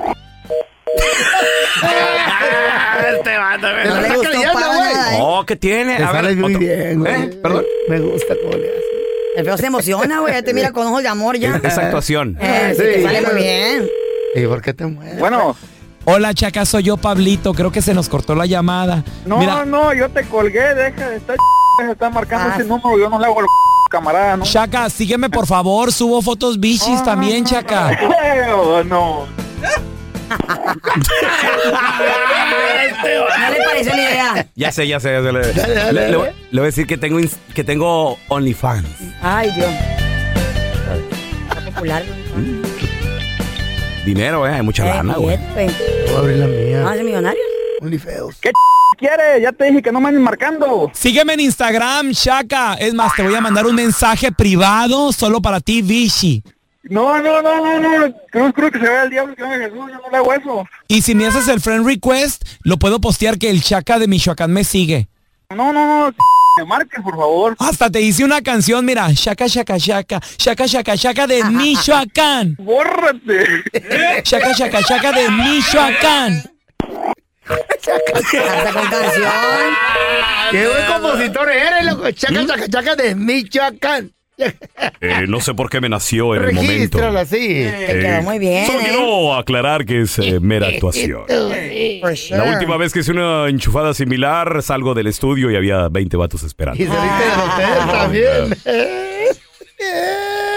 H: este vato,
A: güey. No le gustó para nada, ¿eh? Oh, ¿qué tiene?
C: Te
A: A ver,
C: sales muy
A: otro.
C: bien, güey.
A: ¿Eh? Perdón.
C: Me gusta cómo le haces.
B: El feo se emociona, güey. Ya te mira con ojos de amor ya.
A: Esa actuación.
B: Eh, sí, te sale muy bien.
C: ¿Y por qué te mueves?
H: Bueno.
J: Hola, Chaca, soy yo, Pablito. Creo que se nos cortó la llamada.
H: No,
J: Mira,
H: no, yo te colgué, deja de estar se está marcando ese número, yo no le hago al camarada, ¿no?
J: Chaca, sígueme por favor, subo fotos
A: Oh,
J: bichis también, Chaca.
H: Eh, no.
B: No le pareció ni idea.
A: Ya sé, ya sé, ya sé. Le,
B: Dale, dale,
A: le- le voy-
B: dale.
A: le voy a decir que tengo, ins- que tengo OnlyFans.
B: Ay, Dios. Está popular.
A: Dinero, ¿eh? Hay mucha lana, güey.
B: güey.
C: Voy a abrir la mía.
B: ¿Vas a ser millonario?
H: ¿Qué ch- quieres? Ya te dije que no me andes marcando.
J: Sígueme en Instagram, Chaca. Es más, te voy a mandar un mensaje privado solo para ti, Vichy.
H: No, no, no, no, no, creo, creo que se vea el diablo que venga Jesús, yo no le hago eso.
J: Y si me haces el friend request, lo puedo postear que el Chaca de Michoacán me sigue.
H: No, no, no, me marques, por favor.
J: Hasta te hice una canción, mira, Chaca, Chaca, Chaca, Chaca, Chaca, Chaca de Michoacán.
H: ¡Bórrate!
J: Chaca, Chaca, Chaca de Michoacán.
B: Hasta con canción.
C: Qué buen compositor eres, loco. Chaca,
K: ¿Mm?
C: chaca, chaca de Michoacán.
K: Eh, no sé por qué me nació en el momento.
C: Regístralo así.
K: Eh, Solo quiero aclarar que es eh, mera actuación.
C: Pues
K: La última vez que hice una enchufada similar, salgo del estudio y había 20 vatos esperando. Ah. *laughs*
C: Eh,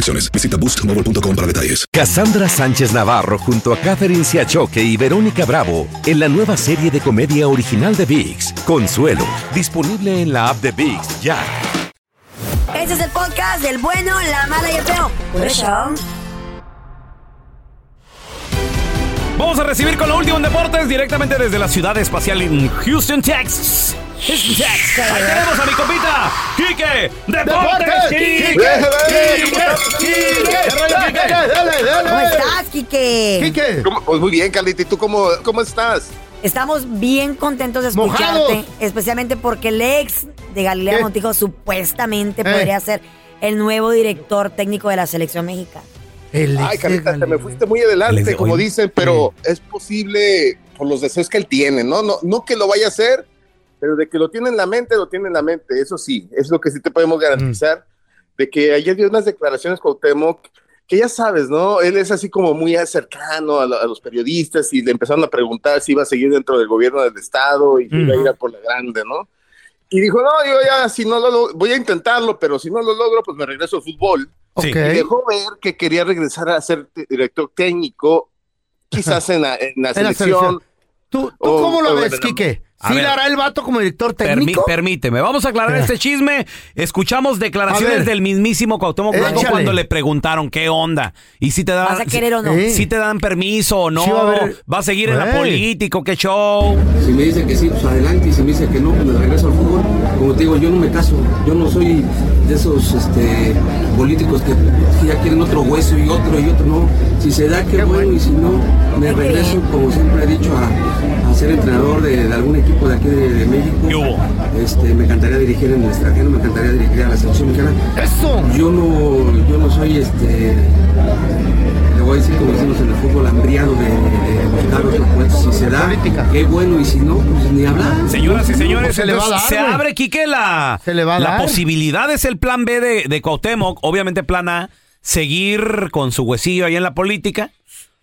L: Visita boostmobile.com para detalles.
M: Cassandra Sánchez Navarro junto a Catherine Siachoque y Verónica Bravo en la nueva serie de comedia original de VIX, Consuelo, disponible en la app de VIX ya.
B: Este es el podcast del bueno, la mala y el feo. Por eso.
A: Vamos a recibir con lo último en deportes directamente desde la ciudad espacial en Houston, Texas. Houston, Texas. Ahí tenemos a mi compita, Quique Deportes.
H: ¡Deportes!
A: Quique,
H: ¡Quique!
A: Quique, Quique.
H: ¡Quique!
A: ¿Qué rollo, Quique?
B: ¿Cómo estás, Quique?
N: ¿Cómo? Pues muy bien, Carlita. ¿Y tú cómo, cómo estás?
B: Estamos bien contentos de escucharte,
N: Mojados.
B: especialmente porque el ex de Galilea
N: ¿Qué?
B: Montijo supuestamente podría ser el nuevo director técnico de la selección mexicana.
N: Ay, Carlita, te me fuiste muy adelante, como dicen, pero es posible por los deseos que él tiene, ¿no? No, no que lo vaya a hacer, pero de que lo tiene en la mente, lo tiene en la mente. Eso sí, es lo que sí te podemos garantizar. De que ayer dio unas declaraciones con Temoc, que ya sabes, ¿no? Él es así como muy cercano a, la- a los periodistas y le empezaron a preguntar si iba a seguir dentro del gobierno del Estado y si iba a ir a por la grande, ¿no? Y dijo, no, yo ya, si no lo log- voy a intentarlo, pero si no lo logro, pues me regreso al fútbol.
C: Sí.
N: Y dejó ver que quería regresar a ser te- director técnico, quizás en la, en la
C: En la
N: selección.
C: selección. ¿Tú, tú cómo lo ves, Quique? ¿Sí le hará el vato como director técnico?
A: permíteme, vamos a aclarar este chisme. Escuchamos
C: A
A: declaraciones
C: ver.
A: del mismísimo Cuauhtémoc Blanco
C: Échale.
A: cuando le preguntaron qué onda y si te dan
B: ¿Vas a
A: si-
B: querer o no?
A: si, te dan permiso o no,
B: Sí, va a haber-
A: va a seguir en la
B: Ey.
A: política, qué show.
O: Si me dice que sí, pues adelante, y si me dice que no, me regreso al fútbol. Como te digo, yo no me caso, yo no soy de esos este, políticos que, que ya quieren otro hueso y otro y otro, no. Si se da, qué, bueno, y si no, me regreso, como siempre he dicho, a, a ser entrenador de, de algún equipo de aquí de, de México. Este, me encantaría dirigir en el extranjero, me encantaría dirigir a la selección mexicana. ¡Eso! Yo no, yo no soy este. Le voy a decir como decimos en el fútbol, hambriado de, de- de buscar otro puesto. Si se da, qué bueno, y si no, pues ni hablar.
A: Señoras y señores,
O: Se le va a
A: entonces,
O: dar,
A: se
O: güey.
A: abre, Quique, la,
O: va a
A: la
O: dar.
A: posibilidad es el plan B de, de Cuauhtémoc. Obviamente, plan A, seguir con su huesillo ahí en la política.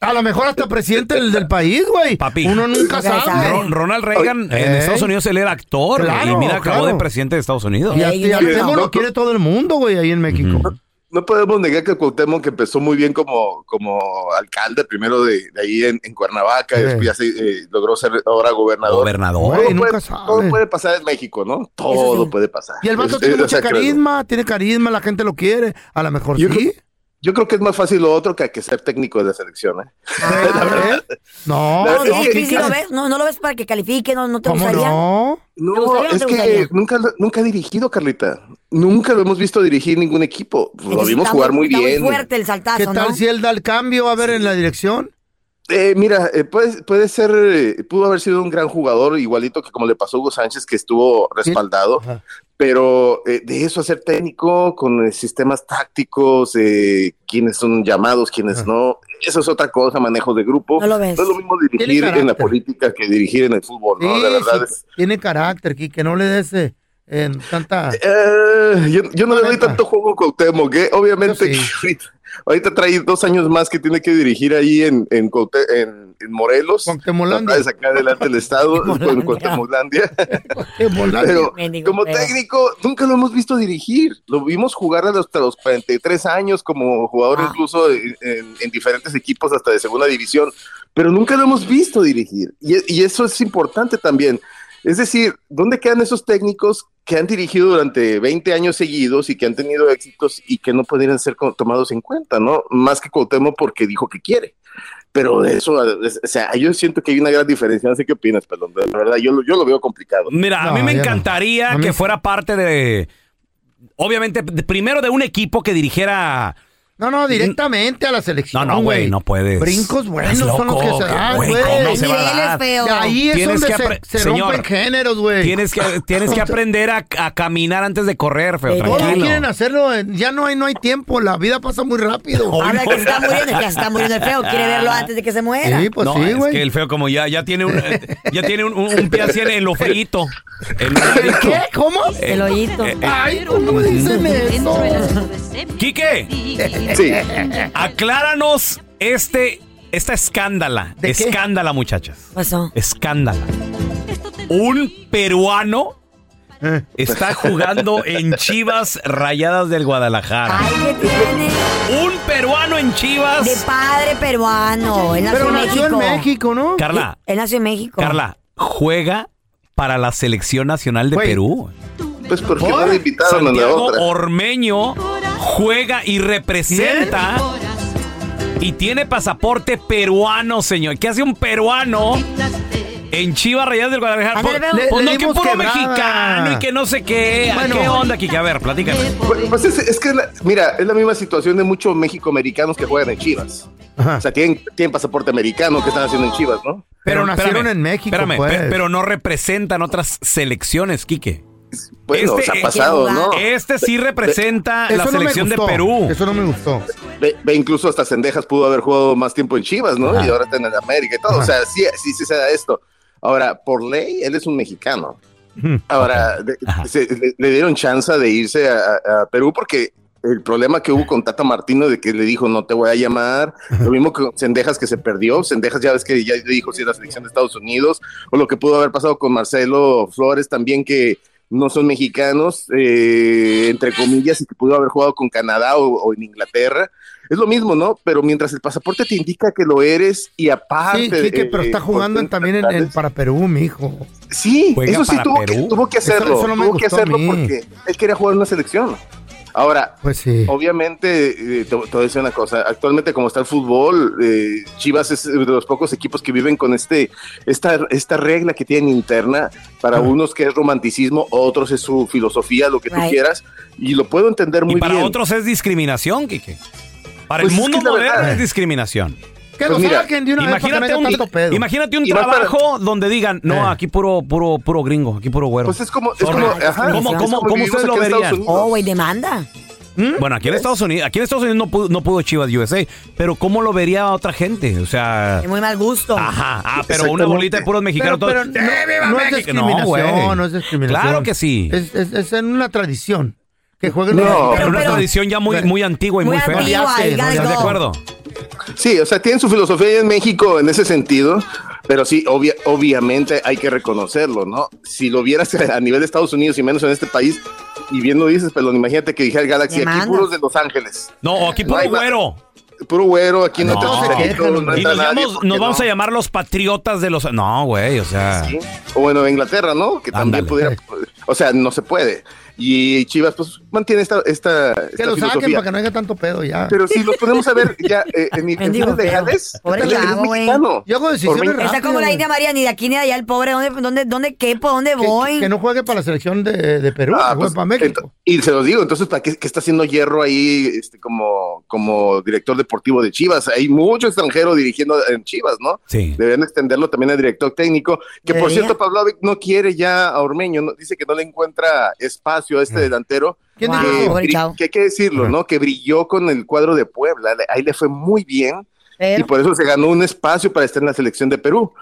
C: A lo mejor hasta presidente del, del país, güey.
A: Papi.
C: Uno nunca sabe. ¿eh?
A: Ron- Ronald Reagan en
C: Ey.
A: Estados Unidos él era actor
C: Claro,
A: y mira, acabó
C: claro.
A: de presidente de Estados Unidos.
C: Y a, y a Temo lo quiere todo el mundo, güey, ahí en México.
N: No podemos negar que Cuauhtémoc que empezó muy bien como, como alcalde, primero de, de ahí en, en Cuernavaca, y
C: Sí.
N: después ya se, eh, logró ser ahora gobernador.
A: Gobernador.
N: Todo,
C: Güey, nunca
N: puede,
C: sabe.
N: todo puede pasar en México, ¿no? Todo puede pasar.
C: Y el vato
N: Es-
C: tiene
N: es-
C: mucho
N: o sea, creo-
C: carisma, tiene carisma, la gente lo quiere. A lo mejor
N: Yo,
C: sí. *laughs*
N: creo, yo creo que es más fácil lo otro que, que ser técnico de la selección, ¿eh?
C: No,
N: La
B: Sí,
N: verdad
B: sí,
N: es que-
B: sí lo ves, no, no lo ves para que califique, no, no te
N: ¿Cómo
B: gustaría.
C: No,
B: ¿Te gustaría o
N: es
B: te
N: que
B: gustaría?
N: nunca, lo- nunca ha dirigido, Carlita. Nunca lo hemos visto dirigir ningún equipo. Lo
B: Entonces,
N: vimos
B: está
N: jugar muy
B: está
N: bien.
B: fuerte el saltazo,
C: ¿Qué tal
B: ¿no?
C: si él da el cambio a ver en la dirección?
N: Eh, mira, eh, puede, puede ser, eh, pudo haber sido un gran jugador, igualito que como le pasó a Hugo Sánchez, que estuvo respaldado, pero eh, de eso a ser técnico, con eh, sistemas tácticos, eh, quiénes son llamados, quiénes no, eso es otra cosa, manejos de grupo.
C: No lo ves.
N: es lo mismo
C: Tiene
N: dirigir en la
C: carácter.
N: política que dirigir en el fútbol, ¿no?
C: Sí,
N: la verdad
C: sí,
N: es,
C: Tiene carácter, que no le des eh, en tanta.
N: Eh, yo, yo no le doy tanto juego a Cuauhtémoc, ¿eh? Obviamente que *laughs* ahorita, ahorita trae dos años más que tiene que dirigir ahí en, en, Cuaute- en, en Morelos.
C: Cuauhtémolandia.
N: Trae sacar adelante el estado, con Cuauhtémoclandia. Pero como técnico, nunca lo hemos visto dirigir. Lo vimos jugar hasta los 43 años como jugador incluso en, en- en diferentes equipos hasta de segunda división, pero nunca lo hemos visto dirigir. Y, e- y eso es importante también. Es decir, ¿dónde quedan esos técnicos que han dirigido durante 20 años seguidos y que han tenido éxitos y que no podrían ser co- tomados en cuenta, no? Más que Cuauhtémoc porque dijo que quiere. Pero de eso, es- o sea, yo siento que hay una gran diferencia. No sé qué opinas, perdón. De verdad, yo lo, yo lo veo complicado.
A: Mira, a mí me encantaría que fuera parte de. Obviamente, de- primero de un equipo que dirigiera.
C: No, no, directamente a la selección.
A: No, no, güey, no puedes.
C: Brincos buenos
A: Estás
C: son los
A: loco,
C: que se dan,
A: güey,
C: güey.
A: ¿cómo se va a Niveles dar? feos.
C: Y Ahí es
A: Tienes
C: donde
A: que
C: se-
A: apre-
C: se,
A: Señor,
C: rompen géneros, güey.
A: Tienes que, tienes
C: *laughs*
A: que aprender a, a caminar antes de correr, feo.
C: Ahora
A: Tranquilo.
C: quieren hacerlo, en- ya no hay, no hay tiempo, la vida pasa muy rápido.
A: Oh,
B: Ahora que se está muriendo, ya se está muriendo el feo, quiere verlo antes de que se muera.
C: Sí, pues
A: no,
C: sí,
A: es
C: güey.
A: que el feo como ya, ya tiene un, eh, ya tiene un, un- un pie así en, en lo feíto. En lo feíto.
C: ¿Qué? ¿Cómo?
A: El hoyito. eh, eh.
C: Ay, ¿cómo dicen eso?
A: Quique,
C: Sí.
A: acláranos este, esta escándala. Escándala, muchachas.
B: Pasó.
A: Escándala. Un peruano está jugando en Chivas Rayadas del Guadalajara. Un peruano en Chivas.
B: De padre peruano. Él nació
C: Pero
B: en
C: nació en
B: México.
C: México, ¿no?
A: Carla.
B: Él nació en México.
A: Carla, juega para la selección nacional de Perú.
N: Pues porque no lo invitaron a la
A: Santiago
N: otra.
A: Ormeño juega y representa y tiene pasaporte peruano, señor. ¿Qué hace un peruano en Chivas Rayadas del Guadalajara?
N: Ándale,
A: Pues-
N: veo. Le-
A: pues no,
N: le
A: que
N: dimos
A: puro
N: quebrada.
A: mexicano y que no sé qué. ¿A
N: Bueno.
A: ¿Qué onda, Kike? A ver, platícame.
N: Pues, pues es, es que, la- mira, es la misma situación de muchos mexicoamericanos que juegan en Chivas.
C: Ah.
N: O sea, tienen, tienen pasaporte americano que están haciendo en Chivas, ¿no?
C: Pero nacieron en México,
A: Espérame,
C: pues.
A: pe- pero no representan otras selecciones, Quique.
N: Bueno, o sea, ha pasado, ¿no?
A: Este sí
N: Ve-
A: representa la selección de Perú.
C: Eso no me gustó.
N: Ve, ve incluso hasta Cendejas pudo haber jugado más tiempo en Chivas, ¿no?
C: Ajá.
N: Y ahora está en el América y todo. O sea, sí, sí, sí se da esto. Ahora, por ley, él es un mexicano. Ahora, de- se- le, le dieron chance de irse a, a- a Perú porque el problema que hubo con Tata Martino de que le dijo no te voy a llamar, lo mismo que con Sendejas que se perdió, Sendejas ya ves que ya le dijo si era selección de Estados Unidos, o lo que pudo haber pasado con Marcelo Flores también que no son mexicanos, eh, entre comillas, y que pudo haber jugado con Canadá o, o en Inglaterra. Es lo mismo, ¿no? Pero mientras el pasaporte te indica que lo eres y aparte...
C: Sí, sí, que, pero
N: eh,
C: está jugando en- también en, en- para Perú, mijo.
N: Sí,
C: Juega
N: eso sí
C: para
N: tuvo que,
C: Perú.
N: tuvo que
C: Eso-
N: hacerlo.
C: eso no me
N: tuvo que
C: gustó a
N: hacerlo
C: mí.
N: porque él quería jugar en una selección. Ahora,
C: Pues sí.
N: obviamente, eh, te, te voy a decir una cosa. Actualmente, como está el fútbol, eh, Chivas es de los pocos equipos que viven con este, esta, esta regla que tienen interna. Para unos que es romanticismo, otros es su filosofía, lo que tú
A: Right.
N: quieras. Y lo puedo entender muy
A: Y para
N: bien.
A: otros es discriminación, Quique. Para
N: Pues
A: el
N: es
A: mundo
N: que es la
A: moderno
N: verdad.
A: es discriminación.
C: Que
N: pues
C: lo saquen de una vez para que no
A: imagínate,
C: haya tanto
A: un,
C: pedo.
A: imagínate un
C: Y más para-
A: trabajo donde digan, no,
C: Eh.
A: aquí puro, puro, puro gringo, aquí puro güero.
N: Pues es como- es
A: Sorry.
N: como- ajá,
A: ¿Cómo, cómo,
N: es como
A: cómo
N: vivimos
A: ustedes lo
N: aquí en Estados
A: verían?
B: Oh, güey, demanda.
A: ¿Mm? Bueno, aquí en Estados Unidos, aquí en Estados Unidos no pudo, no pudo Chivas USA, pero ¿cómo lo vería otra gente? O sea,
B: De muy mal gusto.
A: Ajá, ah, pero una bolita de puros mexicanos.
C: Pero,
A: todos,
C: pero no,
A: ¡Eh, viva
C: no es
A: México! No,
C: discriminación, no,
A: güey.
C: es discriminación.
A: Claro que sí.
C: Es, es, es en una tradición. Que jueguen
N: No,
C: los mexicanos.
A: pero una tradición ya muy, muy antigua y muy,
C: Muy
A: fea.
C: antigua,
A: ¿Estás
C: ahí
A: de
C: ganó.
A: acuerdo?
N: Sí, o sea, tienen su filosofía en México en ese sentido, pero sí, obvia- obviamente hay que reconocerlo, ¿no? Si lo vieras *laughs* a nivel de Estados Unidos y menos en este país, y bien lo dices, pero imagínate que dije al Galaxy, aquí
A: Demanda.
N: puros de Los Ángeles.
A: No, aquí
N: No
A: puro
N: hay ma-
A: güero.
N: Puro güero, aquí no,
A: No.
N: tenemos equipo, no
A: Y
N: entra
A: nos,
N: nadie,
A: llamamos-
N: ¿por qué
A: nos vamos
N: no?
A: a llamar los patriotas de los... No, güey, o sea...
N: O bueno, de Inglaterra, ¿no? Que también pudiera... O sea, no se puede. Y Chivas, pues, mantiene esta, esta,
C: Que
N: esta
C: lo saquen
N: filosofía.
C: para que no haya tanto pedo ya.
N: Pero si los podemos saber ya eh,
C: *laughs*
N: en, en
C: Mendigo
N: fines
C: feo.
N: legales,
C: Pobre
N: él es
C: chavo, güey.
N: mexicano.
C: Yo hago decisiones
N: Por mí-
C: rápidas.
B: Está como la India María, ni de aquí ni de allá, el pobre. ¿Dónde, dónde, dónde quepo? ¿Dónde voy?
C: Que, que no juegue para la selección de, de Perú,
N: Ah,
C: que juegue para México.
N: pues, Y se los digo, entonces, ¿para qué, qué está haciendo Hierro ahí este, como, como director deportivo de Chivas? Hay mucho extranjero dirigiendo en Chivas, ¿no?
A: Sí.
N: Deberían extenderlo también a director técnico, que por
C: Debería.
N: cierto, Pavlovic no quiere ya a Ormeño, no- dice que no le encuentra espacio a este delantero.
C: ¿Quién
N: que,
C: dijo eso? Mm. Ah, Pobre
N: bri-
C: chavo.
N: que hay que decirlo, ¿no? Que brilló con el cuadro de Puebla, le- ahí le fue muy bien
B: Pero-
N: y por eso se ganó un espacio para estar en la selección de Perú.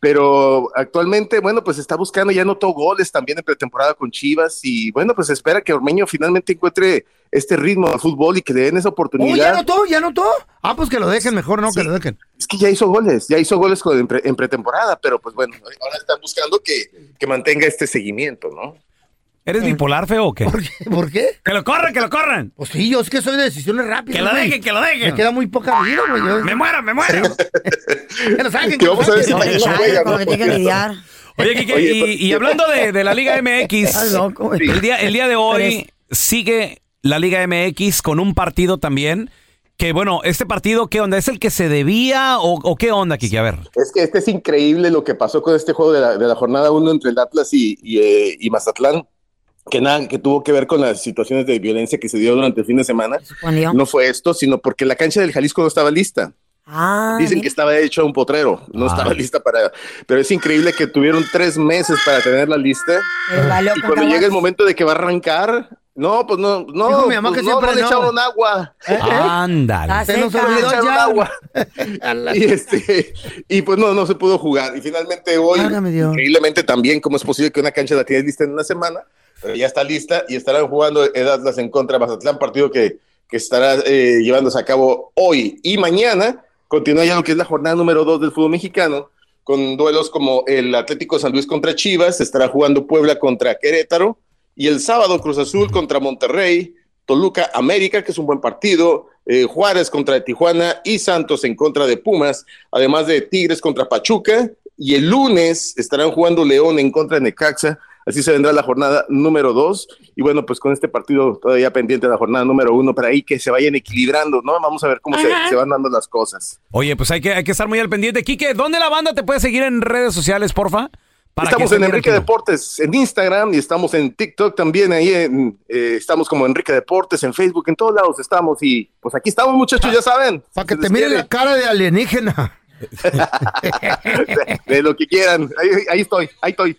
N: Pero actualmente, bueno, pues está buscando, ya anotó goles también en pretemporada con Chivas y bueno, pues espera que Ormeño finalmente encuentre este ritmo de fútbol y que le den esa
C: Oh, ya
N: oportunidad.
C: notó, ya notó. Ah, pues que lo dejen mejor, no, que lo dejen. *laughs*
N: Es que ya hizo goles, ya hizo goles con- en, pre- en pretemporada, pero pues bueno, ahora están buscando que, que mantenga este seguimiento, ¿no?
A: ¿Eres bipolar, feo, o qué?
C: ¿Por qué?
A: ¡Que lo corran, que lo corran!
C: Pues sí, yo es que soy de decisiones rápidas.
A: ¡Que lo
C: güey.
A: dejen, que lo dejen!
C: Me queda muy poca vida, güey. yo-
A: ¡Me muero, me muero!
C: Que lo saquen.
N: Que vamos a ver si
C: lo
N: mañana
C: saquen.
N: juega, ¿no?
C: Con lo que tiene que lidiar.
A: Oye, Quique,
C: Oye,
A: y,
C: pero-
A: y hablando de, de la Liga MX,
C: Estás loco, güey.
A: el día, el día de hoy sigue la Liga MX con un partido también. Que bueno, este partido, ¿qué onda? ¿Es el que se debía o, o qué onda, Kiki? A ver.
N: Es que este es increíble lo que pasó con este juego de la, de la jornada 1 entre el Atlas y, y, eh, y Mazatlán, que nada, que tuvo que ver con las situaciones de violencia que se dio durante el fin de semana. No fue esto, sino porque la cancha del Jalisco no estaba lista.
B: Ah,
N: Dicen que estaba hecho un potrero, no
A: Ah.
N: estaba lista para... Pero es increíble que tuvieron tres meses para tener la lista.
B: El baleo
N: Y
B: con
N: cuando llega el
B: caguas.
N: momento de que va a arrancar, no, pues no, no,
C: Dijo mi mamá
N: pues
C: que
N: no,
C: siempre
N: no le
C: no.
N: echaron agua.
B: Ah,
A: Ándale.
C: Se nos
N: seca.
C: olvidó
N: Echaron
C: ya.
N: agua. y este y pues no no se pudo jugar y finalmente hoy
C: Válgame Dios.
N: increíblemente también cómo es posible que una cancha la tienes lista en una semana pero ya está lista y estarán jugando el Atlas en contra de Mazatlán partido que que estará eh, llevándose a cabo hoy y mañana continúa ya lo que es la jornada número 2 del fútbol mexicano con duelos como el Atlético San Luis contra Chivas estará jugando Puebla contra Querétaro y el sábado Cruz Azul contra Monterrey Toluca América, que es un buen partido, eh, Juárez contra Tijuana y Santos en contra de Pumas, además de Tigres contra Pachuca, y el lunes estarán jugando León en contra de Necaxa, así se vendrá la jornada número dos, y bueno, pues con este partido todavía pendiente de la jornada número uno, para ahí que se vayan equilibrando, ¿no? Vamos a ver cómo se, se van dando las cosas.
A: Oye, pues hay que, hay que estar muy al pendiente. Quique, ¿dónde la banda te puede seguir en redes sociales, porfa?
N: estamos
A: estén
N: en
A: bien
N: Enrique
A: al tiro.
N: Deportes en Instagram y estamos en TikTok también, ahí en, eh, estamos como Enrique Deportes, en Facebook, en todos lados estamos, y pues aquí estamos muchachos, ya saben. Para que
C: Te miren la cara de alienígena.
N: de, de lo que quieran. Ahí, ahí estoy, ahí estoy.